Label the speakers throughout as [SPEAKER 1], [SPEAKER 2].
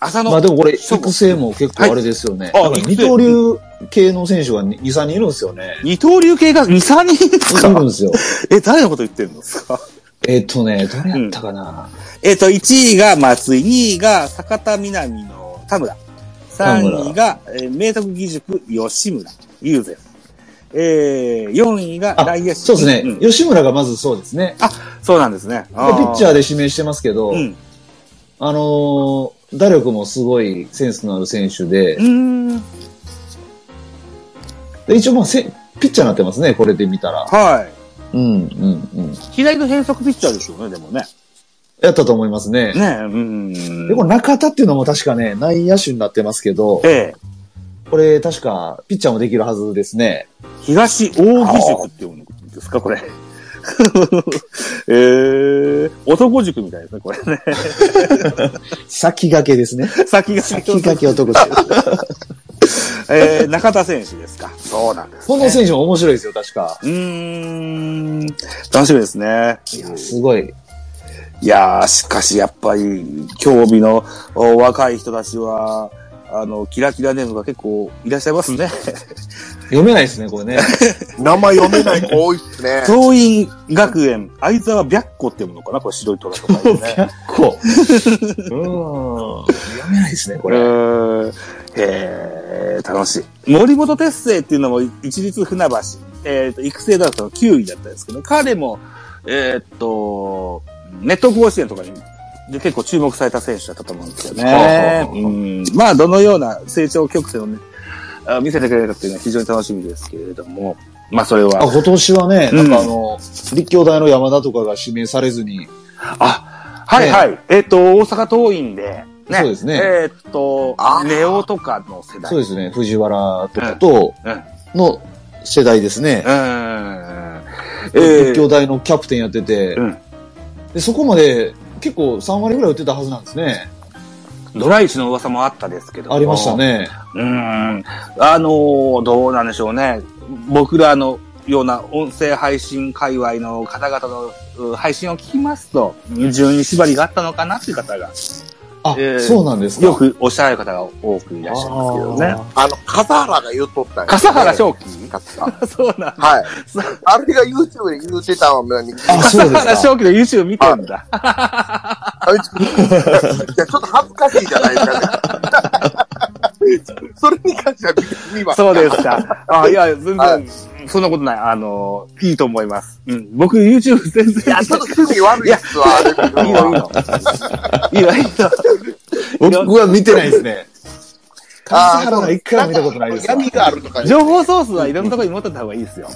[SPEAKER 1] 浅野。
[SPEAKER 2] まあでもこれ、
[SPEAKER 1] そう
[SPEAKER 2] 育成も結構あれですよね。
[SPEAKER 1] はいあ
[SPEAKER 2] だから
[SPEAKER 1] 育
[SPEAKER 2] 二
[SPEAKER 1] 成
[SPEAKER 2] 刀流系の選手が2、3人いるんですよね。
[SPEAKER 1] 二刀流系が2、3人です
[SPEAKER 2] いるん
[SPEAKER 1] か
[SPEAKER 2] ですよ。
[SPEAKER 1] え、誰のこと言ってるんですか
[SPEAKER 2] えっとね、誰やったかな、
[SPEAKER 1] えっと、1位が松井、2位が坂田南の田村、
[SPEAKER 2] 田村
[SPEAKER 1] 3位が、えー明徳義塾吉村雄然、えー、4位が
[SPEAKER 2] あ
[SPEAKER 1] 大野手
[SPEAKER 2] そうですね、
[SPEAKER 1] ん
[SPEAKER 2] 吉村がまずそうですね。
[SPEAKER 1] そうなんですね。ピ
[SPEAKER 2] ピッチャー
[SPEAKER 1] で。
[SPEAKER 2] で指名してますけど、
[SPEAKER 1] うん。
[SPEAKER 2] あのー打力もすごいセンスのある選手で
[SPEAKER 1] う、ーん。
[SPEAKER 2] で一応まあせ、ピッチャーになってますね、これで見たら。
[SPEAKER 1] はい。
[SPEAKER 2] うん、うん、うん。
[SPEAKER 1] 左の変則ピッチャーですよね、でもね。
[SPEAKER 2] やったと思いますね。
[SPEAKER 1] ねえ、うん。
[SPEAKER 2] で、この中田っていうのも確かね、内野手になってますけど、
[SPEAKER 1] ええ、
[SPEAKER 2] これ確か、ピッチャーもできるはずですね。
[SPEAKER 1] 東大義塾って読むんですか、これ。 えー、男塾みたいですね、これね。
[SPEAKER 2] 先駆けですね。
[SPEAKER 1] 先が
[SPEAKER 2] 先駆け男です。
[SPEAKER 1] えー、中田選手ですか。そうなんです、ね。
[SPEAKER 2] この選手も面白いですよ、確か。
[SPEAKER 1] うーん、楽しみですね。
[SPEAKER 2] いや、すごい。
[SPEAKER 1] いやー、しかしやっぱり、競技のお若い人たちは、あの、キラキラネームが結構いらっしゃいますね。
[SPEAKER 2] 読めないですね、これね。
[SPEAKER 3] 名前読めない子多いっすね。
[SPEAKER 1] 桐蔭学園、相沢白子って読むのかなこれ白い虎とかいうね。
[SPEAKER 2] こう。うん。読めないですね、こ
[SPEAKER 1] こ
[SPEAKER 2] れ。
[SPEAKER 1] れ。えー、楽しい。森本哲星っていうのも一律船橋、えっ、と、育成だったの9位だったんですけど、彼も、えっ、と、ネット甲子園とかに、で結構注目された選手だったと思うんですよ
[SPEAKER 2] はあはあ
[SPEAKER 1] ね
[SPEAKER 2] は。あ
[SPEAKER 1] うんまあ、どのような成長曲線をね、あ見せてくれるかっていうのは非常に楽しみですけれども、まあ、それ
[SPEAKER 2] あ、
[SPEAKER 1] は。
[SPEAKER 2] 今年はね、
[SPEAKER 1] うん
[SPEAKER 2] なんかあの、立教大の山田とかが指名されずに、
[SPEAKER 1] あ、はいはい。えっ、と、大阪桐蔭で、ね。
[SPEAKER 2] そうですね
[SPEAKER 1] えっ、と
[SPEAKER 3] あ、ー
[SPEAKER 1] ネオとかの世代。
[SPEAKER 2] そうですね、藤原とかと
[SPEAKER 1] うんうん、
[SPEAKER 2] の世代ですね
[SPEAKER 1] う。ーん。
[SPEAKER 2] 立教大のキャプテンやってて
[SPEAKER 1] うん、
[SPEAKER 2] でそこまで結構3割ぐらい打ってたはずなんですね。
[SPEAKER 1] ドライチの噂もあったですけど。
[SPEAKER 2] ありました。ね。
[SPEAKER 1] うーん。あのーどうなんでしょうね。僕らのような音声配信界隈の方々のうん配信を聞きますと、順に縛りがあったのかなっていう方が、
[SPEAKER 2] あ
[SPEAKER 1] えー、
[SPEAKER 2] そうなんですか。
[SPEAKER 1] よくおっしゃる方が多くいらっしゃいますけどね。
[SPEAKER 3] あの、笠原が言っとったんや
[SPEAKER 1] 笠原正樹
[SPEAKER 3] 笠原
[SPEAKER 1] そうなん
[SPEAKER 3] はい
[SPEAKER 1] そ。
[SPEAKER 3] あれが YouTube で言うてたのに。
[SPEAKER 2] あー。あ、そ
[SPEAKER 1] 笠
[SPEAKER 2] うです
[SPEAKER 1] 原
[SPEAKER 2] か。
[SPEAKER 1] 正樹の YouTube 見てんだ。
[SPEAKER 3] あいついや、ちょっと恥ずかしいじゃないですか、ね。それに関しては見見ます。
[SPEAKER 1] そうですか。あいや、全
[SPEAKER 3] はい
[SPEAKER 1] 然、そんなことない。あのー、いいと思います。うん。僕 YouTube 全然。
[SPEAKER 3] いや、ちょっと趣味悪いっすわ、あれ見るのはい
[SPEAKER 1] いの、いいの。いいの、いいの。
[SPEAKER 2] 僕は見てないです ね。
[SPEAKER 3] あー
[SPEAKER 2] 笠原が一回も見たことないですわ。
[SPEAKER 3] 闇があるとかね。
[SPEAKER 1] 情報ソースはいろんなところに持ってた方がいいですよ。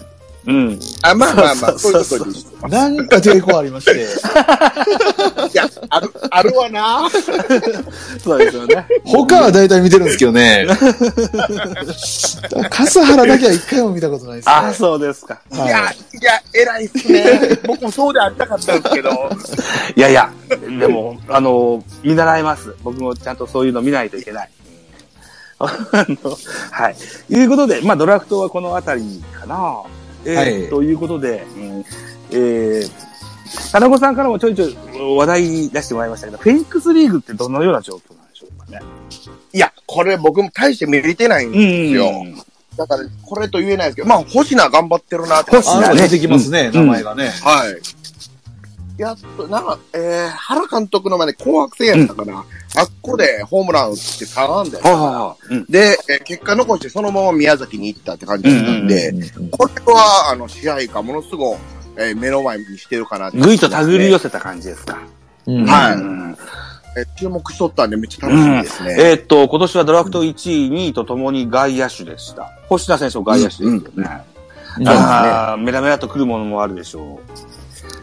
[SPEAKER 1] うん。
[SPEAKER 3] あ、まあまあまあ、そういうことに。い
[SPEAKER 2] なんか抵抗ありまして。
[SPEAKER 3] や、ある、あるわな。
[SPEAKER 1] そうですよね。
[SPEAKER 2] 他は大体見てるんですけどね。 笠原だけは一回も見たことないですね。
[SPEAKER 1] あ、そうですか。
[SPEAKER 3] いや、いや、偉いっすね。僕もそうでありたかったんですけど。
[SPEAKER 1] いやいや、でも、あの、見習います。僕もちゃんとそういうの見ないといけない。あの、はい。いうことで、まあ、ドラフトはこのあたりかな。えー
[SPEAKER 2] はい
[SPEAKER 1] ということで、うん、えー、田中さんからもちょいちょい話題出してもらいましたけど、フェニックスリーグってどのような状況なんでしょうかね。
[SPEAKER 3] いや、これ僕も大して見れてないんですよ。だから、これと言えないですけど、まあ、星名頑張ってるなって。
[SPEAKER 1] 星
[SPEAKER 2] あ
[SPEAKER 1] 名
[SPEAKER 2] なん
[SPEAKER 1] ね
[SPEAKER 2] か出てきますね、
[SPEAKER 1] うん
[SPEAKER 2] 名前がね。
[SPEAKER 3] はい。やっと、なんか、えー、原監督の前で紅白戦やったかな。あっこでホームラン打って絡んで。
[SPEAKER 1] はいはいはい。うん。
[SPEAKER 3] で、えー結果残してそのまま宮崎に行ったって感じだったんで、これは、あの、支配下ものすごい、えー目の前にしてるかなって
[SPEAKER 1] ぐいと手繰り寄せた感じですか。
[SPEAKER 2] うん
[SPEAKER 3] はい
[SPEAKER 1] うん
[SPEAKER 3] えー注目しとったんでめっちゃ楽しみですね。
[SPEAKER 1] えーっと、今年はドラフト1位、2位とともに外野手でした。星名選手も外野手ですよね。
[SPEAKER 2] うん
[SPEAKER 1] ああ、メラメラと来るものもあるでしょ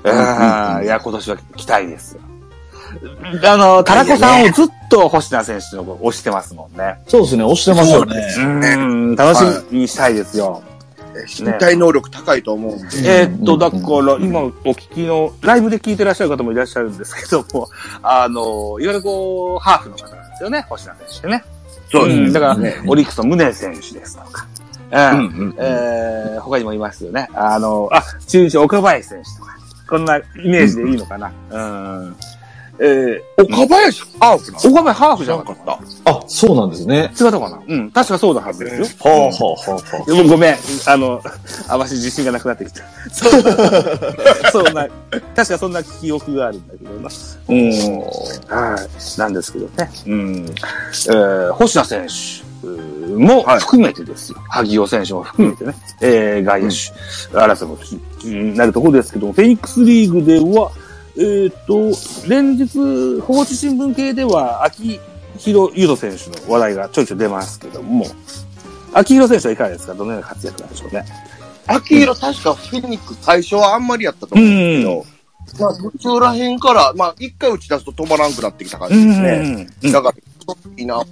[SPEAKER 1] う。ああ、いや、今年は期待ですよ。あの、田中さんをずっと星名選手のこと推してますもんね。
[SPEAKER 2] そうですね、押してますよね。
[SPEAKER 1] うん、楽しみにしたいですよ。
[SPEAKER 3] 身体能力高いと思うんで。
[SPEAKER 1] えーっと、
[SPEAKER 2] うん
[SPEAKER 1] だから、今お聞きの、ライブで聞いてらっしゃる方もいらっしゃるんですけども、あの、いわゆるこう、ハーフの方なんですよね、星名選手ってね。
[SPEAKER 3] そう
[SPEAKER 1] う
[SPEAKER 3] です
[SPEAKER 1] ん、
[SPEAKER 3] ね。
[SPEAKER 1] だから、
[SPEAKER 2] ね
[SPEAKER 1] オリックスの宗選手ですとか、うんえー他にもいますよね。あの、あ、中日岡林選手とか、こんなイメージでいいのかな。うん。え
[SPEAKER 3] 岡林ハーフな
[SPEAKER 1] ー、岡部ハー
[SPEAKER 3] の
[SPEAKER 1] フじゃなかっ
[SPEAKER 3] 知らなかった。
[SPEAKER 2] あ、そうなんですね。
[SPEAKER 1] た違ったかなうん、確かそうだはずですよ。
[SPEAKER 2] はあ、はあ、はあ、は
[SPEAKER 1] でもごめん。あの、あまし自信がなくなって きた。そんな、確かそんな記憶があるんだけどな。うん。はい。なんですけどね。うん。えー、星名選手うんも
[SPEAKER 3] はい
[SPEAKER 1] 含めてですよ。萩尾選手も含めてね。えー、外野手、争いも気気になるところですけども、フェニックスリーグでは、えーっ、と、連日、放置新聞系では、秋広優斗選手の話題がちょいちょい出ますけども、秋広選手はいかがですかどのような活躍なんでしょうね。
[SPEAKER 3] 秋色確かフェニックス最初はあんまりやったと思うんですけど、まあ途中らへんから、まあ一回打ち出すと止まらんくなってきた感じですね。
[SPEAKER 1] うん
[SPEAKER 3] だから、いいな。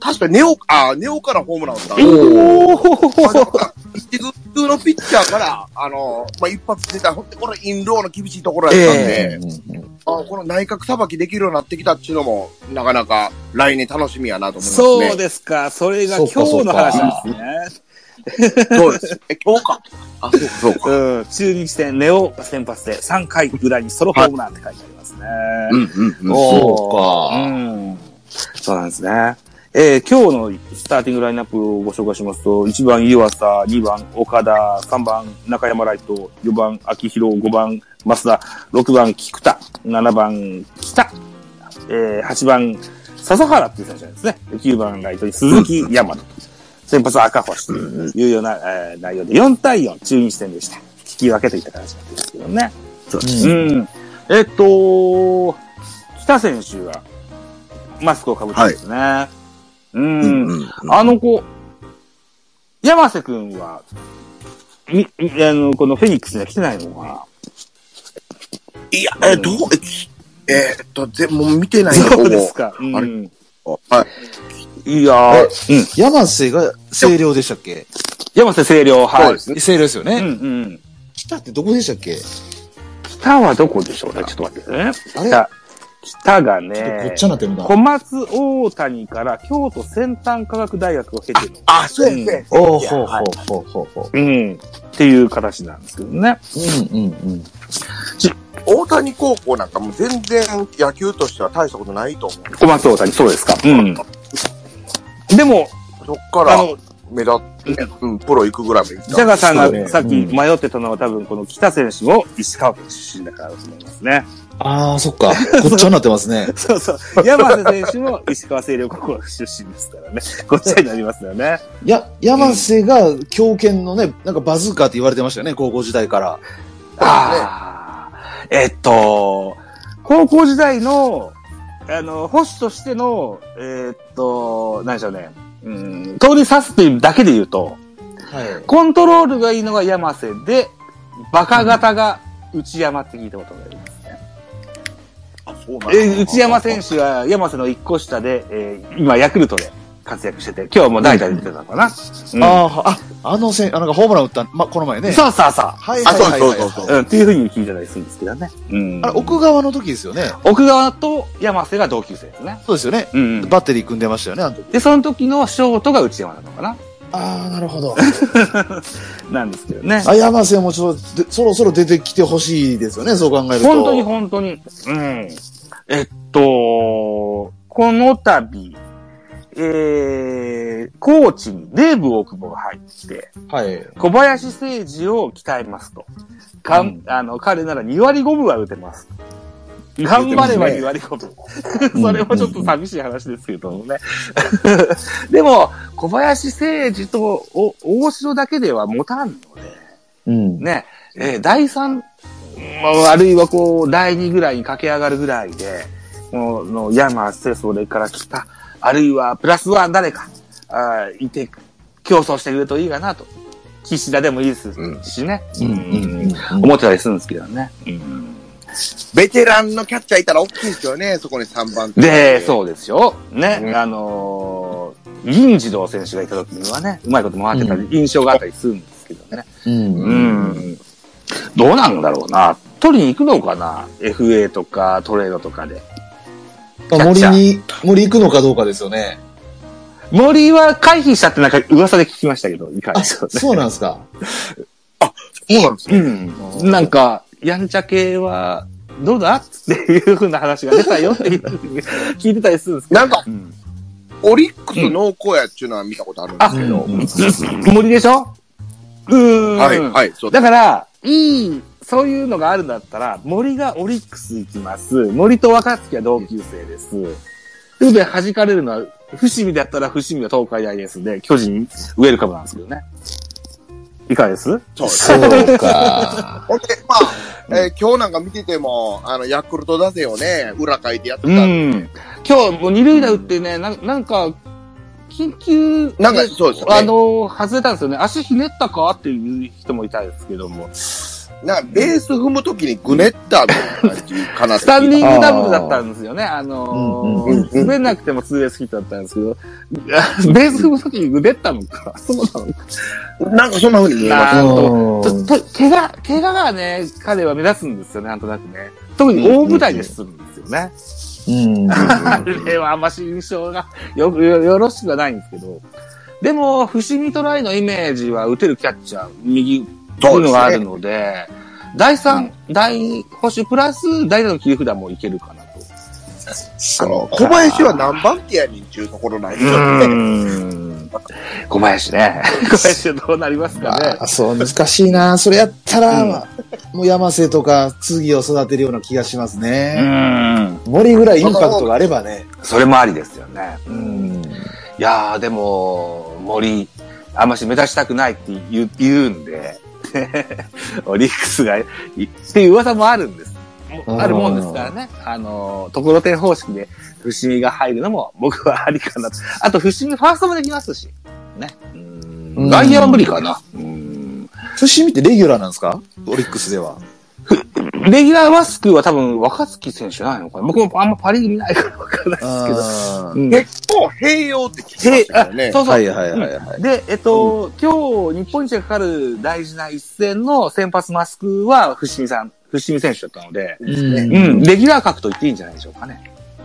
[SPEAKER 3] 確かネオ、あ、ネオからホームラン打った。
[SPEAKER 1] おー
[SPEAKER 3] 普通のピッチャーから、あの、まあ、一発出た、ほんで、このインローの厳しいところやった
[SPEAKER 2] あ
[SPEAKER 3] んで、あこの内角さばきできるようになってきたっていうのも、なかなか来年楽しみやなと思いますね。
[SPEAKER 1] そうですか。それが
[SPEAKER 2] そ
[SPEAKER 1] 今
[SPEAKER 2] っかそ
[SPEAKER 1] 日
[SPEAKER 2] っ
[SPEAKER 1] の
[SPEAKER 2] か
[SPEAKER 1] 話なんですね。
[SPEAKER 3] そうです。え、今日か。あ、そうか、そうか。
[SPEAKER 1] うん。中日戦、ネオ先発で3回裏にソロホームランって書いてありますね。
[SPEAKER 3] うんうんうん。
[SPEAKER 1] おー
[SPEAKER 2] そうか
[SPEAKER 1] うん。そうなんですね。えー今日のスターティングラインナップをご紹介しますと、1番湯浅、2番岡田、3番中山ライト、4番秋広、5番増田、6番菊田、7番北、えー8番笹原っていう選手なんですね。9番ライトに鈴木大和と。先発赤星というような、えー内容で4対4中日戦でした。引き分けといった形なんですけどね。そう
[SPEAKER 2] です
[SPEAKER 1] うん。えっと、北選手がマスクをかぶってですね。うん,、あの子、山瀬くんは、み、みあの、このフェニックスには来てないのか
[SPEAKER 3] いや、え、どう、ええーっと、ぜ、もう見てな
[SPEAKER 1] ない
[SPEAKER 3] な
[SPEAKER 1] そうですか。う
[SPEAKER 3] あれ
[SPEAKER 1] ん。
[SPEAKER 3] ほぼはい。
[SPEAKER 1] いや
[SPEAKER 2] え
[SPEAKER 1] ー、うん。
[SPEAKER 2] 山瀬が清涼でしたっけ
[SPEAKER 1] 山瀬清涼、はい。
[SPEAKER 3] そうですね。
[SPEAKER 2] 清涼ですよ
[SPEAKER 1] う
[SPEAKER 2] ね。
[SPEAKER 1] んうん。
[SPEAKER 2] 北ってどこでしたっけ
[SPEAKER 1] 北はどこでしょうねちょっと待ってくださいね。
[SPEAKER 2] あ
[SPEAKER 1] 北、北が
[SPEAKER 2] ちょっとご
[SPEAKER 1] ね
[SPEAKER 2] っち、ゃなってるな。
[SPEAKER 1] 小松大谷から京都先端科学大学を経ての、
[SPEAKER 3] あ、そうや、そうや。
[SPEAKER 2] おーほうほうほうほうほう。
[SPEAKER 1] うん、っていう形なんですけどね。
[SPEAKER 2] うんうんうん。
[SPEAKER 3] 大谷高校なんかもう全然野球としては大したことないと思う。
[SPEAKER 1] 小松大谷、そうですか。うん。でも、
[SPEAKER 3] そっか
[SPEAKER 1] あ
[SPEAKER 3] ら
[SPEAKER 1] の、
[SPEAKER 3] 目立って、うん、プロ行くぐらいまで行っ
[SPEAKER 1] ジャガーさん
[SPEAKER 2] そうね
[SPEAKER 1] がさっき
[SPEAKER 2] うん
[SPEAKER 1] 迷ってたのは多分この北選手も石川県出身だからだと思いますね。
[SPEAKER 2] ああ、そっか。ごっちゃになってますね。
[SPEAKER 1] そうそう。 山瀬選手も石川清涼高校出身ですから ね。ごっちゃになりますよね。
[SPEAKER 2] い や、山瀬が狂犬のね、なんかバズーカーって言われてましたよね、高校時代から。
[SPEAKER 1] ああ、えっと、高校時代の、あの、保守としての、えーっと、何でしょうね。うん、通り刺すというだけで言うと、
[SPEAKER 2] はい。
[SPEAKER 1] コントロールがいいのが山瀬で、バカ型が内山って聞いたことがありますね。
[SPEAKER 3] あ、そうなんだ
[SPEAKER 1] えー内山選手は山瀬の一個下で、えー今ヤクルトで活躍してて、今日はもう代打で出てたのかな。うん
[SPEAKER 2] あーあ、あのせん、あの、ホームラン打った、ま、この前ね。
[SPEAKER 1] そうそうそう。
[SPEAKER 2] はいはいはいはい。
[SPEAKER 3] あそうそうそう
[SPEAKER 1] うん、っていうふうに聞いたりするんですけどね。うん
[SPEAKER 2] あれ、奥側の時ですよね。
[SPEAKER 1] 奥川と山瀬が同級生ですね。
[SPEAKER 2] そうですよね。
[SPEAKER 1] うん
[SPEAKER 2] バッテリー組んでましたよね、あの時。
[SPEAKER 1] で、その時のショートが内山なのかな
[SPEAKER 2] ああ、なるほど。
[SPEAKER 1] なんですけどね。
[SPEAKER 2] あ、山瀬もちょっと、でそろそろ出てきてほしいですよね、そう考えると。
[SPEAKER 1] 本当に本当に。うん。えっと、この度、えー、コーチにデーブ大久保が入って、
[SPEAKER 2] はい。
[SPEAKER 1] 小林誠司を鍛えますと。かん、
[SPEAKER 2] うん
[SPEAKER 1] あの、彼なら2割5分は打てます。頑張れば2割5分。 それもちょっと寂しい話ですけどもね。 でも、小林誠司とお大城だけでは持たんので、
[SPEAKER 2] うん。
[SPEAKER 1] ね、えー第3、まああるいはこう、第2ぐらいに駆け上がるぐらいで、もう、の、山瀬、それから来た、あるいは、プラスワン誰か、あーいて、競争してくれるといいかなと。岸田でもいいですしね。
[SPEAKER 2] うんうんうんうん
[SPEAKER 1] 思ってたりするんですけどね。
[SPEAKER 3] ベテランのキャッチャーいたら大きいですよね、そこに3番
[SPEAKER 1] で、そうですよ。ね、
[SPEAKER 3] うん
[SPEAKER 1] あのー、銀次郎選手がいた時にはね、うまいこと回ってたり印象があったりするんですけどね。
[SPEAKER 2] うん
[SPEAKER 1] う
[SPEAKER 2] うん。
[SPEAKER 1] ん。どうなんだろうな。取りに行くのかな ?FA とかトレードとかで。
[SPEAKER 2] まあ森に、森行くのかどうかですよね。
[SPEAKER 1] 森は回避したってなんか噂で聞きましたけど、いかが
[SPEAKER 2] あ、
[SPEAKER 1] でしょうね。
[SPEAKER 2] そうなんですか。
[SPEAKER 3] う。そうなんですね。
[SPEAKER 1] うん。なんか、やんちゃ系は、どうだっていうふうな話が出たよっていう聞いてたりするんですけど。
[SPEAKER 3] なんか、
[SPEAKER 1] うん
[SPEAKER 3] オリックス濃厚やっていうのは見たことあるんですけど。
[SPEAKER 2] うん うん
[SPEAKER 1] 森でしょうーん。
[SPEAKER 3] はい、はい、そうで
[SPEAKER 1] だから、いい、そういうのがあるんだったら、森がオリックス行きます。森と若月は同級生です。ということで、弾かれるのは、伏見だったら伏見は東海大ですで、巨人、ウェルカムなんですけどね。いかがです
[SPEAKER 3] そうです。
[SPEAKER 2] そうか。
[SPEAKER 3] ほんで、まあ、えー今日なんか見てても、あの、ヤクルト打線をね、裏書いてやってたんで、
[SPEAKER 1] ん。今日、もう二塁打打ってね、なんなんか、緊急、
[SPEAKER 3] なんかそうですよね
[SPEAKER 1] あの、外れたんですよね。足ひねったかっていう人もいたんですけども。
[SPEAKER 3] なんかベース踏むときにぐねったみたいな感じかなって
[SPEAKER 1] スタンディングダブルだったんですよね。あの
[SPEAKER 2] うん
[SPEAKER 3] うんうん
[SPEAKER 1] ー、滑んなくてもツーベースヒットだったんですけど、ベース踏むときにぐでったのか。そうなのか。
[SPEAKER 3] なんかそんな風に見えま
[SPEAKER 1] あの
[SPEAKER 2] うん
[SPEAKER 1] ちょと怪我、怪我がね、彼は目立つんですよね、なんとなくね。特に大舞台でするんですよね。
[SPEAKER 2] うん。
[SPEAKER 1] あれはあんまし印象がよくよよろしくはないんですけど。でも、伏見トライのイメージは打てるキャッチャー、右、っていうのがあるので、第3、第星プラス、第7の切り札もいけるかなと。
[SPEAKER 3] す。あの小林は何番手やねんっていうところないですよね。
[SPEAKER 1] 小林ね。小林はどうなりますかね。
[SPEAKER 2] あそう、難しいな。それやったら、もう山瀬とか、次を育てるような気がします
[SPEAKER 1] う
[SPEAKER 2] ね。
[SPEAKER 1] ん。
[SPEAKER 2] 森ぐらいインパクトがあればね。
[SPEAKER 1] それもありですよね。
[SPEAKER 2] うん。
[SPEAKER 1] いやー、でも、森、あんまし目立ちたくないって言う言うんで、 オリックスがい、っていう噂もあるんです。
[SPEAKER 2] うん
[SPEAKER 1] あるもんですからね。あの、ところてん方式で伏見が入るのも僕はありかなと。あと、伏見ファーストもできますし。ね。うん
[SPEAKER 2] ん
[SPEAKER 1] 外野は無理かな。うん
[SPEAKER 2] 伏見ってレギュラーなんですかオリックスでは。
[SPEAKER 1] レギュラーマスクは多分若月選手じゃないのかな。僕もあんまパリーグ見ないからわからないですけど。
[SPEAKER 2] あ
[SPEAKER 1] うん
[SPEAKER 3] 結構併用って聞きましたよね。
[SPEAKER 1] そう
[SPEAKER 2] ー
[SPEAKER 1] そう
[SPEAKER 2] は。いはいはいはい。
[SPEAKER 1] で、えっと、今日、日本一がかかる大事な一戦の先発マスクは、伏見さん、伏見選手だったので、
[SPEAKER 2] うん
[SPEAKER 1] うん、レギュラー格と言っていいんじゃないでしょうかね。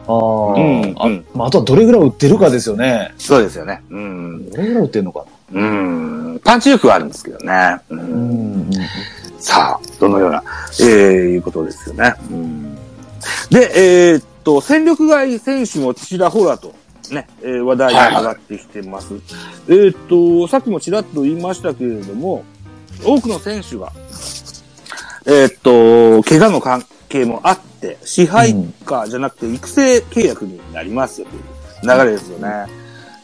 [SPEAKER 2] ああ、
[SPEAKER 1] う
[SPEAKER 2] あ
[SPEAKER 1] ん、
[SPEAKER 2] まあ、あとはどれぐらい売ってるかですよね。
[SPEAKER 1] そうですよね。うん、
[SPEAKER 2] どれぐらい売ってるのか
[SPEAKER 1] うん、パンチ力はあるんですけどね。う、
[SPEAKER 2] な。うんん。
[SPEAKER 1] さあ、どのような、えー、いうことですよね。うん、で、えーっと、戦力外選手もちらほらと、ね、えー話題が上がってきてます。えーっと、さっきもちらっと言いましたけれども、多くの選手が、えーっと、怪我の関係もあって、支配下じゃなくて育成契約になりますよという流れですよね。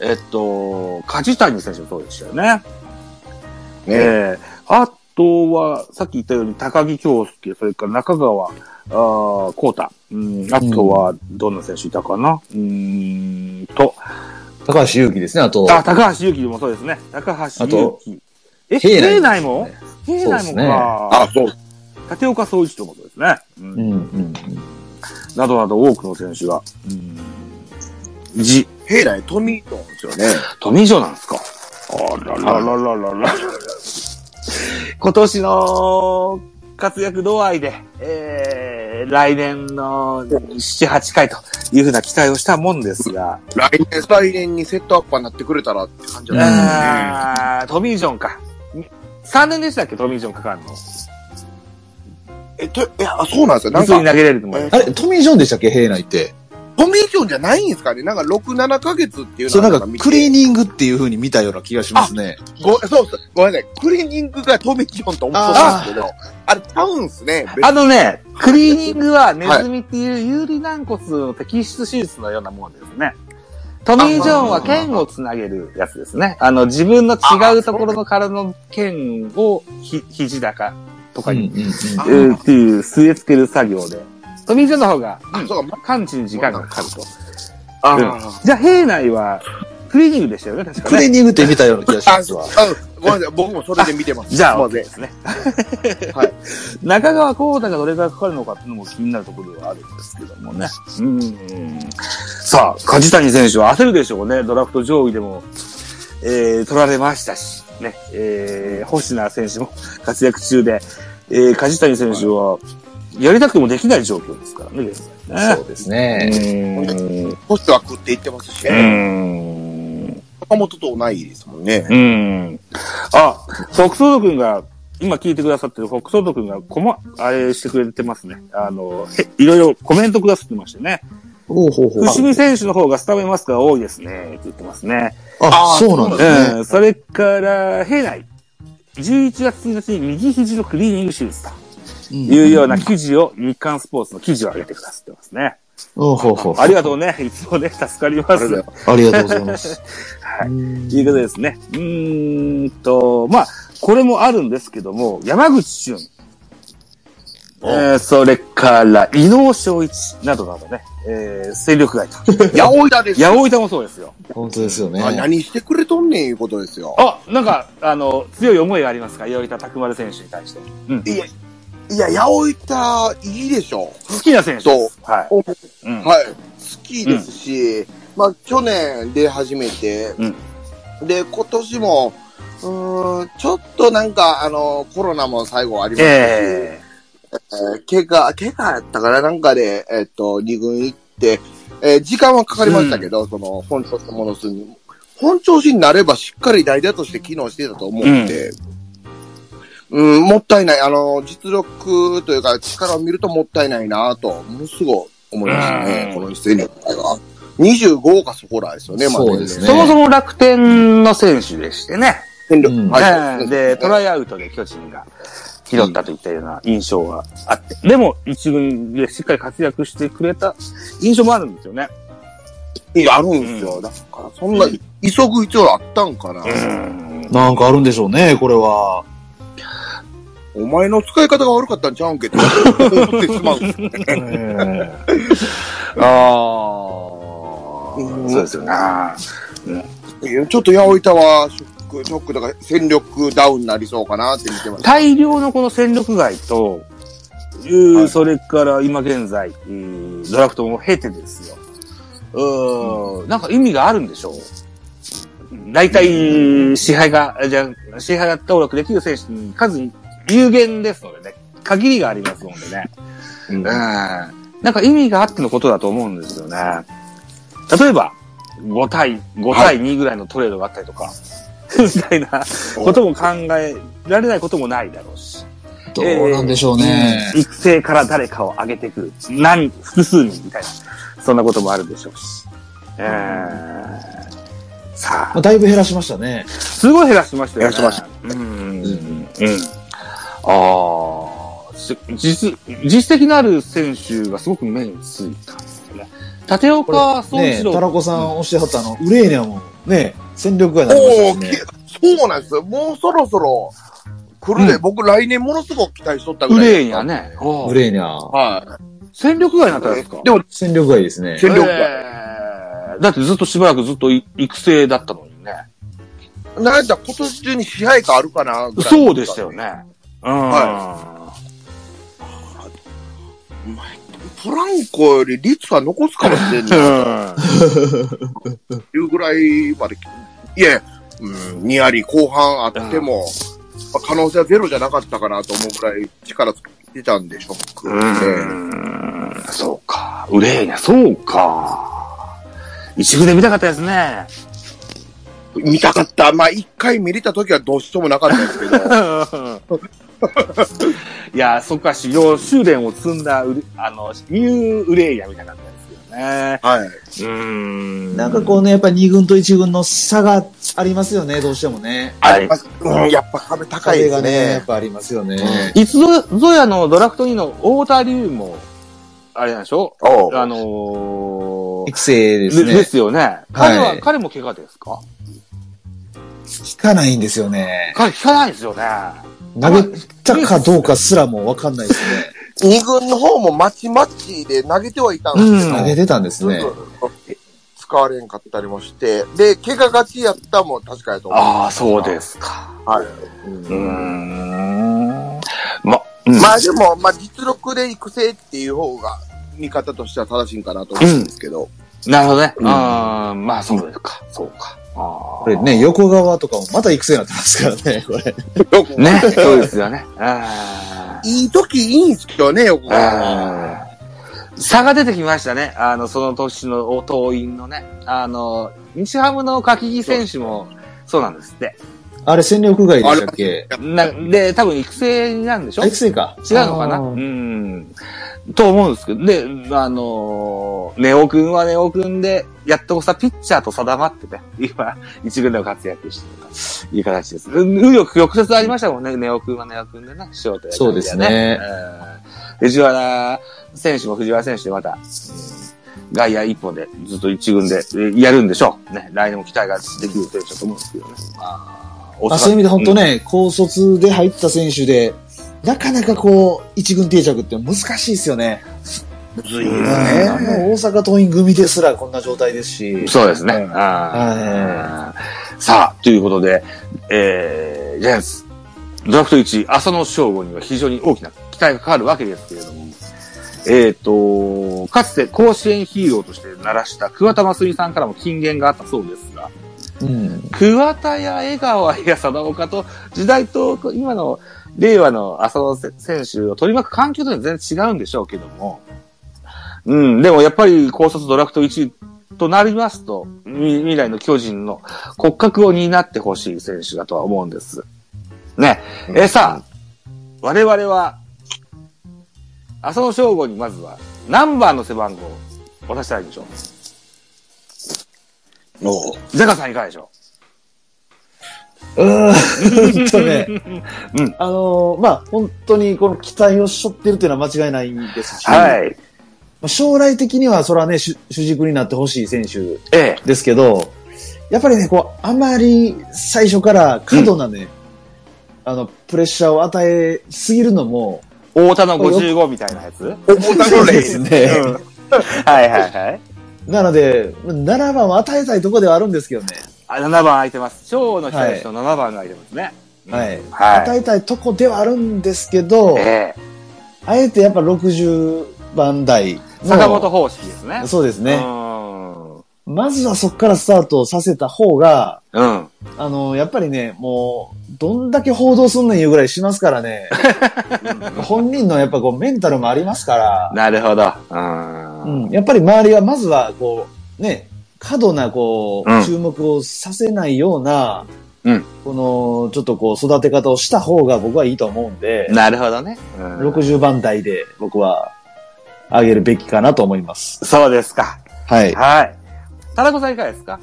[SPEAKER 1] えーっと、梶谷選手もそうでしたよね。
[SPEAKER 3] ね
[SPEAKER 1] ええあとは、さっき言ったように高木京介、それから中川、あー、コータ、うん、あとは、どんな選手いたかな、うーんと、
[SPEAKER 2] 高橋祐希ですね、あと。
[SPEAKER 1] あ、高橋祐希もそうですね。高橋
[SPEAKER 2] あ
[SPEAKER 1] 祐
[SPEAKER 2] と
[SPEAKER 1] 希。え、
[SPEAKER 2] 平内
[SPEAKER 1] 平内も平
[SPEAKER 2] そう
[SPEAKER 1] 内
[SPEAKER 2] で
[SPEAKER 1] も
[SPEAKER 2] すね
[SPEAKER 1] か。
[SPEAKER 3] あ、そう。
[SPEAKER 1] 立岡総一ともそうですね。う
[SPEAKER 2] うんんうん。
[SPEAKER 1] などなど多くの選手が。うん、じ、
[SPEAKER 3] 平内トミートンですよね。
[SPEAKER 1] トミー・ジョーなんですかあらららららら。今年の活躍度合いで、えー、来年の7、8回というふうな期待をしたもんですが、
[SPEAKER 3] 来年、再年にセットアッパーになってくれたらって感じ
[SPEAKER 1] う、
[SPEAKER 2] うん
[SPEAKER 3] なんで
[SPEAKER 1] トミー・ジョンか。3年でしたっけトミー・ジョンかかんの。
[SPEAKER 3] すね。え、と、いや、そうなんですよ。なん
[SPEAKER 1] 普通に
[SPEAKER 3] か、
[SPEAKER 1] 投げれると思いま
[SPEAKER 3] え
[SPEAKER 1] す。
[SPEAKER 2] あれ、トミー・ジョンでしたっけ平内って。
[SPEAKER 3] トミーションじゃないんですかねなんか6、7ヶ月っていう
[SPEAKER 2] そ
[SPEAKER 3] の
[SPEAKER 2] う、なんか、クリーニングっていう風に見たような気がしますね。
[SPEAKER 3] ご、そうそう。ごめんなさい。クリーニングがトミーションと思ってたんですけど、あれ、タウンですね。別
[SPEAKER 1] あのね、クリーニングはネズミっていう有利軟骨の摘出手術のようなものですね。トミー・ジョーンは剣をつなげるやつですね。あの、自分の違うところの体の剣をひ、肘高とかに、
[SPEAKER 3] あ
[SPEAKER 1] えーっていう据え付ける作業で。トミー・ジョーンの方が、
[SPEAKER 3] あ、そうか、
[SPEAKER 1] 完治に時間がかかると。
[SPEAKER 3] あ
[SPEAKER 1] うんじゃあ、兵内は、クリーニングでしたよね、確か
[SPEAKER 2] クリー
[SPEAKER 1] ね。
[SPEAKER 2] ニングって見たような気がしま
[SPEAKER 3] あ、
[SPEAKER 2] す
[SPEAKER 3] そう
[SPEAKER 2] わ。
[SPEAKER 3] うん。ごめんなさい。僕もそれで見てます。
[SPEAKER 1] じゃあ、
[SPEAKER 3] ま
[SPEAKER 1] OK
[SPEAKER 3] ず
[SPEAKER 1] ですね。 中川幸太がどれくらいかかるのかっていうのも気になるところではあるんですけどもね。うん。さあ、梶谷選手は焦るでしょうね。ドラフト上位でも、えー、取られましたし、ね、えー、星名選手も活躍中で、えー、梶谷選手は、やりたくてもできない状況ですからね、現在
[SPEAKER 2] そうですね。
[SPEAKER 1] ね。う
[SPEAKER 3] ポストは食っていってますし、ね、
[SPEAKER 1] ん。
[SPEAKER 3] 岡本と同いですもんね。
[SPEAKER 1] うん。あ、ソクソド君が今聞いてくださってる北斗斗くんがこま、あれしてくれてますね。あの、へいろいろコメントくださってましてね。
[SPEAKER 2] ほうほうほう。
[SPEAKER 1] 伏見選手の方がスタメンマスクが多いですね、って言ってますね。
[SPEAKER 2] あ、そうなんです
[SPEAKER 1] う
[SPEAKER 2] ね。
[SPEAKER 1] ん、それから、平内。11月1日に右肘のクリーニング手術と
[SPEAKER 2] うん
[SPEAKER 1] いうような記事を、日刊スポーツの記事を上げてくださってますね。
[SPEAKER 2] ほうほうほう。
[SPEAKER 1] ありがとうね。いつもね、助かりま
[SPEAKER 3] あれ
[SPEAKER 1] す
[SPEAKER 3] だ。よ。
[SPEAKER 2] ありがとうございます。
[SPEAKER 1] はい。
[SPEAKER 2] うん
[SPEAKER 1] ということですね。うーんと、まあ、これもあるんですけども、山口俊。えー、それから、伊能正一などなどね、えー、勢力外と。
[SPEAKER 3] 八百屋ですよ。
[SPEAKER 1] 八百板もそうですよ。
[SPEAKER 2] 本当ですよね。
[SPEAKER 3] あ何してくれとんねんいうことですよ。
[SPEAKER 1] あ、なんか、あの、強い思いがありますか八百板拓丸選手に対して。うん。
[SPEAKER 3] いや、八百屋いいでしょ。
[SPEAKER 1] 好きな選手です。は
[SPEAKER 3] お
[SPEAKER 1] い。うん。
[SPEAKER 3] はい。好きですし、まあ、去年で初めて、で、今年も、うーん、ちょっとなんか、あの、コロナも最後ありましたし、
[SPEAKER 1] え
[SPEAKER 3] えー怪我、怪我やったからなんかで、えっと、二軍行って、えー時間はかかりましたけど、その、本調子の戻すに。本調子になればしっかり代打として機能してたと思うんで、うん、もったいない。あの、実力というか力を見るともったいないなと、ものすごい思いましたね、
[SPEAKER 1] うん
[SPEAKER 3] この出演会が。25かそこらですよね、まあ
[SPEAKER 2] そうです
[SPEAKER 1] ー
[SPEAKER 2] ね
[SPEAKER 1] そもそも楽天の選手でしてね。
[SPEAKER 3] 戦力
[SPEAKER 2] うん
[SPEAKER 1] はい、で、ト
[SPEAKER 3] イ
[SPEAKER 1] ライアウトで巨人が拾ったといったような印象があって、でも一軍でしっかり活躍してくれた印象もあるんですよね。
[SPEAKER 3] あるんですよ。だから、そんな、急ぐ必要あったんかな。
[SPEAKER 2] なんかあるんでしょうね、これは。
[SPEAKER 3] お前の使い方が悪かったんちゃうんけって思ってしまう。
[SPEAKER 2] ええ
[SPEAKER 1] ああ、
[SPEAKER 3] うん
[SPEAKER 1] そうですよね。
[SPEAKER 3] いやちょっと八百板はショック、ショックだから戦力ダウンになりそうかなって見てます。
[SPEAKER 1] 大量のこの戦力外と、いう
[SPEAKER 3] はい
[SPEAKER 1] それから今現在、うんドラフトも経てですよ。うーん、なんか意味があるんでしょう大体、支配が、じゃあ支配が登録できる選手に数有限ですのでね、限りがありますのでね。うん。なんか意味があってのことだと思うんですよね。例えば、5対、5対2ぐらいのトレードがあったりとか、 みたいなことも考えられないこともないだろうし。
[SPEAKER 2] どうなんでしょうね。
[SPEAKER 1] うん育成から誰かを上げてくる。何、複数人みたいな。そんなこともあるでしょうし。えー、さ
[SPEAKER 2] ま
[SPEAKER 1] あ、
[SPEAKER 2] あだいぶ減らしましたね。
[SPEAKER 1] すごい減らしましたよね。
[SPEAKER 3] 減らしま
[SPEAKER 1] した。うん。うん。ああ、し実、実績のある選手がすごく目についたんですよね。立岡総
[SPEAKER 2] ね
[SPEAKER 1] 一
[SPEAKER 2] え、タラ
[SPEAKER 1] 郎。
[SPEAKER 2] コさんおっしゃったあの、ウレーニャもね、戦力外になりま
[SPEAKER 3] お
[SPEAKER 2] した
[SPEAKER 3] お、
[SPEAKER 2] し
[SPEAKER 3] き
[SPEAKER 2] ね。
[SPEAKER 3] そうなんですよ。もうそろそろ来るで、
[SPEAKER 1] う
[SPEAKER 3] 僕来年ものすごく期待しとったぐ
[SPEAKER 1] ウ
[SPEAKER 3] らい。
[SPEAKER 1] レーニャ。ね。あ
[SPEAKER 2] ウ
[SPEAKER 1] あ
[SPEAKER 2] レーニャ。
[SPEAKER 3] は
[SPEAKER 1] 戦力外になったんですか
[SPEAKER 3] い。でも、
[SPEAKER 2] 戦力外ですね。
[SPEAKER 3] 戦力外
[SPEAKER 1] えーだってずっとしばらくずっとい育成だったのにね。
[SPEAKER 3] なんやったら今年中に支配下あるかなぐらい。
[SPEAKER 1] そうでしたよ。ね。うん。
[SPEAKER 3] はフランコより率は残すかもしれんない。いうぐらいまで。いや、うん、2割後半あっても、まあ可能性はゼロじゃなかったかなと思うぐらい力つけてたんでしょう
[SPEAKER 1] うーんそうか。うれいな、そうか。一部で見たかったですね。
[SPEAKER 3] 見たかった。まあ、一回見れた時はどうしようもなかったですけど。
[SPEAKER 1] いや、そっか、修行修練を積んだうれ、あの、ニューウレイヤみたいな感じですよね。
[SPEAKER 3] はい。
[SPEAKER 1] うーん
[SPEAKER 2] なんかこうね、やっぱ2軍と1軍の差がありますよね、どうしてもね。
[SPEAKER 1] あれ
[SPEAKER 3] あうん、やっぱ壁高い
[SPEAKER 2] 壁
[SPEAKER 3] で
[SPEAKER 2] が
[SPEAKER 3] す
[SPEAKER 2] ね、やっ
[SPEAKER 3] ね。
[SPEAKER 2] ぱありますよね。
[SPEAKER 1] いつぞ、ぞやのドラフト2の太田龍も、あれなんでしょ
[SPEAKER 3] おう
[SPEAKER 1] あのー
[SPEAKER 2] 育成で
[SPEAKER 1] です
[SPEAKER 2] ね。
[SPEAKER 1] すよね。彼は、
[SPEAKER 2] はい
[SPEAKER 1] 彼も怪我ですか
[SPEAKER 2] 聞かないんですよね。
[SPEAKER 1] 彼聞かないですよね。
[SPEAKER 2] 投げたかどうかすらもわかんないですね。
[SPEAKER 3] 二軍の方もまちまちで投げてはいたんです
[SPEAKER 1] うん
[SPEAKER 3] けど、
[SPEAKER 2] 投げてたんですね
[SPEAKER 3] ず。っと使われんかったりもして、で、怪我がちやったも確かやと思う。
[SPEAKER 1] ああ、そうですか。
[SPEAKER 3] はい。
[SPEAKER 1] うーん。ま、うん
[SPEAKER 3] まあでも、まあ実力で育成っていう方が、見方としては正しいんかなと思うんですけど、
[SPEAKER 1] なるほどね。う
[SPEAKER 2] うん
[SPEAKER 1] ーん。まあ、そうか。そうか。ああ。
[SPEAKER 2] これね、横側とかもまた育成になってますからね、これ。
[SPEAKER 1] ね。 そうですよね。あ
[SPEAKER 3] いい時いいんすけどね、横
[SPEAKER 1] ー
[SPEAKER 3] 川。
[SPEAKER 1] あー。差が出てきましたね。あの、その年のお党員のね。あの、西ハムの柿木選手も、そうなんですって。
[SPEAKER 2] あれ、戦力外でしたっけ
[SPEAKER 1] な、で、多分育成なんでしょ
[SPEAKER 2] あ、育成か。
[SPEAKER 1] 違うのかな
[SPEAKER 2] あ
[SPEAKER 1] う
[SPEAKER 2] ー
[SPEAKER 1] ん。と思うんですけど、で、あのーネオくんはネオくんで、やっとこさ、ピッチャーと定まってて、 今、一軍でも活躍してるという形です。うん右翼曲折ありましたもんね、ネオくんはネオくんでな、ショートやったりね
[SPEAKER 2] そうですね。
[SPEAKER 1] うん藤原選手も藤原選手でまた、うん外野一本でずっと一軍でえやるんでしょう。ね、来年も期待ができる選手だと思うんですけどね。あー
[SPEAKER 2] まあ、そういう意味で本当、ね、高卒で入った選手で、なかなかこう、一軍定着って難しいですよね。
[SPEAKER 3] むずい
[SPEAKER 1] うん
[SPEAKER 2] ねあの大阪桐蔭組ですらこんな状態ですし。
[SPEAKER 1] そうですね。
[SPEAKER 2] うん
[SPEAKER 1] あーさあ、ということで、えー、ジャイアンツ、ドラフト1位、浅野翔吾には非常に大きな期待がかかるわけですけれども、えっ、と、かつて甲子園ヒーローとして鳴らした桑田真澄さんからも金言があったそうですが、
[SPEAKER 2] うん。
[SPEAKER 1] 桑田や江川や佐田岡と時代と今の令和の浅野選手を取り巻く環境というのは全然違うんでしょうけども。うん、でもやっぱり高卒ドラフト1位となりますと、み未来の巨人の骨格を担ってほしい選手だとは思うんです。ね。え、さあ、我々は、浅野翔吾にまずは、ナンバーの背番号を渡したらいいでしょう。
[SPEAKER 3] おう
[SPEAKER 1] ゼカさんいかがでしょ
[SPEAKER 2] うーんと ね、
[SPEAKER 1] うん
[SPEAKER 2] あのーまあ、本当にこの期待を背負ってるっていうのは間違いないんですし、
[SPEAKER 1] うはい。
[SPEAKER 2] まあ将来的にはそれはね、主主軸になってほしい選手
[SPEAKER 1] ええ。
[SPEAKER 2] ですけど、やっぱりね、こう、あまり最初から過度なね、あの、プレッシャーを与えすぎるのも、
[SPEAKER 1] 太田の55みたいなや つ
[SPEAKER 3] おもたろれ
[SPEAKER 2] です ね。
[SPEAKER 1] はいはいはい。
[SPEAKER 2] なので、7番を与えたいところではあるんですけどね。
[SPEAKER 1] あ7番空いてます。超の人たちと7番が空いてますね。
[SPEAKER 2] はい。
[SPEAKER 1] は
[SPEAKER 2] 与えたいとこではあるんですけど、
[SPEAKER 1] い。ええ
[SPEAKER 2] あえてやっぱ60番台の
[SPEAKER 1] 坂本方式ですね。
[SPEAKER 2] そうです
[SPEAKER 1] う
[SPEAKER 2] ね。
[SPEAKER 1] ーん
[SPEAKER 2] まずはそこからスタートさせた方が、
[SPEAKER 1] うん。
[SPEAKER 2] あの、やっぱりね、もう、どんだけ報道すんねんいうぐらいしますから ね。本人のやっぱこうメンタルもありますから、
[SPEAKER 1] なるほど。う。
[SPEAKER 2] うんん、やっぱり周りはまずはこう、ね、過度なこ
[SPEAKER 1] うん
[SPEAKER 2] う、注目をさせないような、
[SPEAKER 1] うん
[SPEAKER 2] この、ちょっとこう、育て方をした方が僕はいいと思うんで、
[SPEAKER 1] なるほどね。うん
[SPEAKER 2] 60番台で僕は上げるべきかなと思います。
[SPEAKER 1] そうですか。
[SPEAKER 2] はい。
[SPEAKER 1] はい。田中さんいかがですか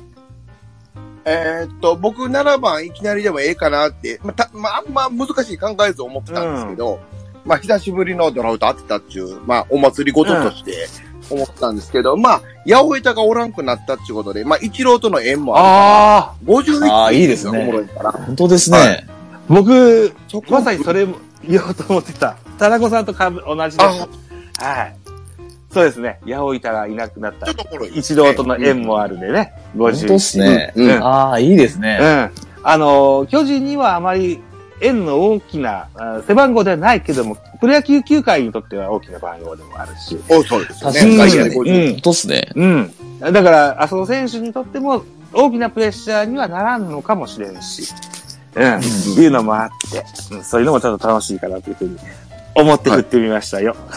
[SPEAKER 3] えーっと、僕7番いきなりでもええかなって、まあ、たまあ、あんま難しい考えず思ってたんですけど、まあ、久しぶりのドラフト当てたっていう、まあ、お祭りごととして思ってたんですけど、まあ、八百板がおらんくなったっていうことで、まあ、一郎との縁も
[SPEAKER 1] あ
[SPEAKER 3] あ
[SPEAKER 1] あ。
[SPEAKER 3] る。51
[SPEAKER 2] あーいいですね
[SPEAKER 3] おもろいから。
[SPEAKER 2] 本当ですね。
[SPEAKER 3] は
[SPEAKER 1] 僕、
[SPEAKER 3] そこ
[SPEAKER 1] まさにそれも言おうと思ってた。田中さんとかぶ同じです。
[SPEAKER 3] あ
[SPEAKER 1] はい。そうですね。八百板がいなくなった
[SPEAKER 3] ちょっ。とおもろい。
[SPEAKER 1] 一郎との縁もあるんでね。
[SPEAKER 2] 本
[SPEAKER 1] 51
[SPEAKER 2] 当ですね。
[SPEAKER 1] うんうん
[SPEAKER 2] ああ、いいです
[SPEAKER 1] う
[SPEAKER 2] ね。
[SPEAKER 1] ん。あの、巨人にはあまり縁の大きな、あ背番号ではないけども、プロ野球球界にとっては大きな番号でもあるし。
[SPEAKER 3] おそうですよ
[SPEAKER 2] 確
[SPEAKER 3] ね。
[SPEAKER 2] かに
[SPEAKER 3] 外野で
[SPEAKER 1] う
[SPEAKER 3] 50
[SPEAKER 1] ん
[SPEAKER 2] 本。当ですね。
[SPEAKER 1] うん。だから、浅野選手にとっても大きなプレッシャーにはならんのかもしれんし、うん。いうのもあって、うん、そういうのもちょっと楽しいかなというふうに思って振ってみましたよ。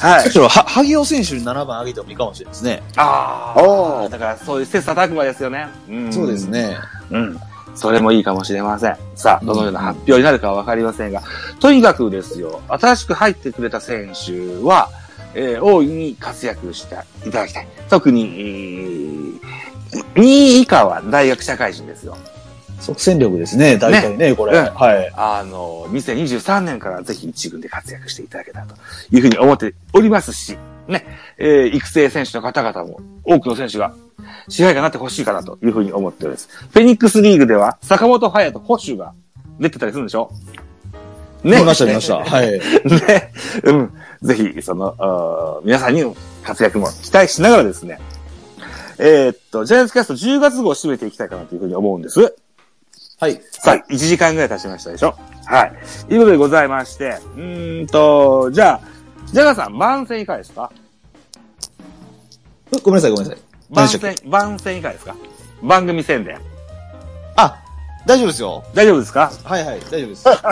[SPEAKER 1] はい。
[SPEAKER 2] むしろ、は、萩尾選手に7番上げてもいいかもしれないですね。
[SPEAKER 1] あ
[SPEAKER 3] あ
[SPEAKER 1] あ。
[SPEAKER 3] ー
[SPEAKER 1] だから、そういう切磋琢磨ですよね。うん
[SPEAKER 2] そうです。ね。
[SPEAKER 1] うん。それもいいかもしれません。さあ、どのような発表になるかはわかりませんが、とにかくですよ、新しく入ってくれた選手は、えー大いに活躍していただきたい。特に、えー2位以下は大学社会人ですよ。
[SPEAKER 2] 即戦力ですね、大体ね、これ。
[SPEAKER 1] うん
[SPEAKER 2] はい。
[SPEAKER 1] あの、2023年からぜひ一軍で活躍していただけたらというふうに思っておりますし、ね、えー育成選手の方々も多くの選手が支配下になってほしいかなというふうに思っております。フェニックスリーグでは坂本勇人捕手が出てたりするんでしょね
[SPEAKER 2] 見ました、見ました。はい。
[SPEAKER 1] ね、うん。ぜひ、その、あー皆さんにも活躍も期待しながらですね、えーっと、ジャイアンツキャスト10月号を締めていきたいかなというふうに思うんです。
[SPEAKER 2] はい。
[SPEAKER 1] さあ、1時間ぐらい経ちましたでしょはい。ということでございまして、うーんと、じゃあ、ジャガーさん、番宣いかがですか
[SPEAKER 2] ごめんなさい、ごめんなさい。何
[SPEAKER 1] 番
[SPEAKER 2] でしたっ
[SPEAKER 1] 宣、番宣いかがですか番組宣伝。
[SPEAKER 2] あ、大丈夫ですよ。
[SPEAKER 1] 大丈夫ですか
[SPEAKER 2] はいはい、大丈夫です。
[SPEAKER 1] はい。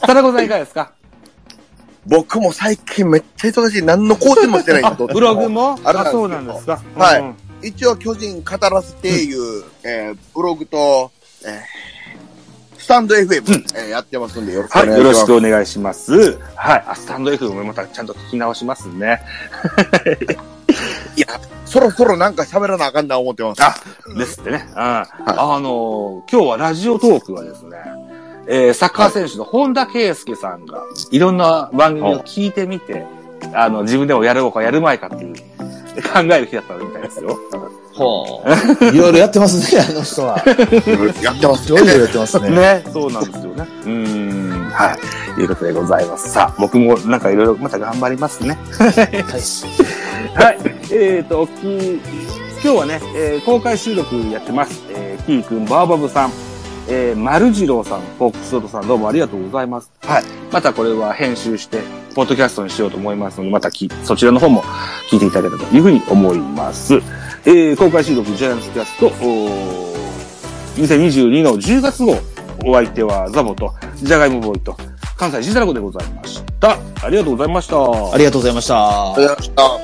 [SPEAKER 1] 田中さんいかがですか
[SPEAKER 3] 僕も最近めっちゃ忙しい。何の更新もしてないんだ
[SPEAKER 1] ブログも
[SPEAKER 3] あれ
[SPEAKER 1] あ、そうな
[SPEAKER 3] なんん
[SPEAKER 1] で
[SPEAKER 3] ですす
[SPEAKER 1] か
[SPEAKER 3] はい
[SPEAKER 1] うん
[SPEAKER 3] 一応巨人語らせていう、えーブログと、えースタンド FM、えーやってますんで、よろしくお
[SPEAKER 1] はい、
[SPEAKER 3] 願い
[SPEAKER 1] よろ
[SPEAKER 3] します。
[SPEAKER 1] しくお願いします。はい、あスタンド F もまたちゃんと聞き直しますね。
[SPEAKER 3] そろそろなんか喋らなあかんな思ってます。
[SPEAKER 1] あ、ですってね。うん。あのー今日はラジオトークはですね、えーサッカー選手の本田圭佑さんが、いろんな番組を聞いてみて、あの、自分でもやろうかやるまいかっていう、考える日だったみたいですよ。
[SPEAKER 2] ほう。いろいろやってますね、あの人 は。
[SPEAKER 3] やってます。
[SPEAKER 2] いろいろやってますね。
[SPEAKER 1] ね、そうなんですよね。うーん、はい。いうことでございます。さあ、僕もなんかいろいろまた頑張りますね。はい。えっ、と、き今日はね、えー公開収録やってます。えー、キーくん、バーバブさん、えー、丸次郎さん、フォックスロードさん、どうもありがとうございます。はい。またこれは編集して、ポッドキャストにしようと思いますので、またき、そちらの方も聞いていただけたらというふうに思います。えー公開収録、ジャイアンツキャスト、おー2022の10月号、お相手はザボと、ジャガイモボーイと、関西ジザラコでございました。ありがとうございました。
[SPEAKER 2] ありがとうございました
[SPEAKER 3] あ。りがとうございました。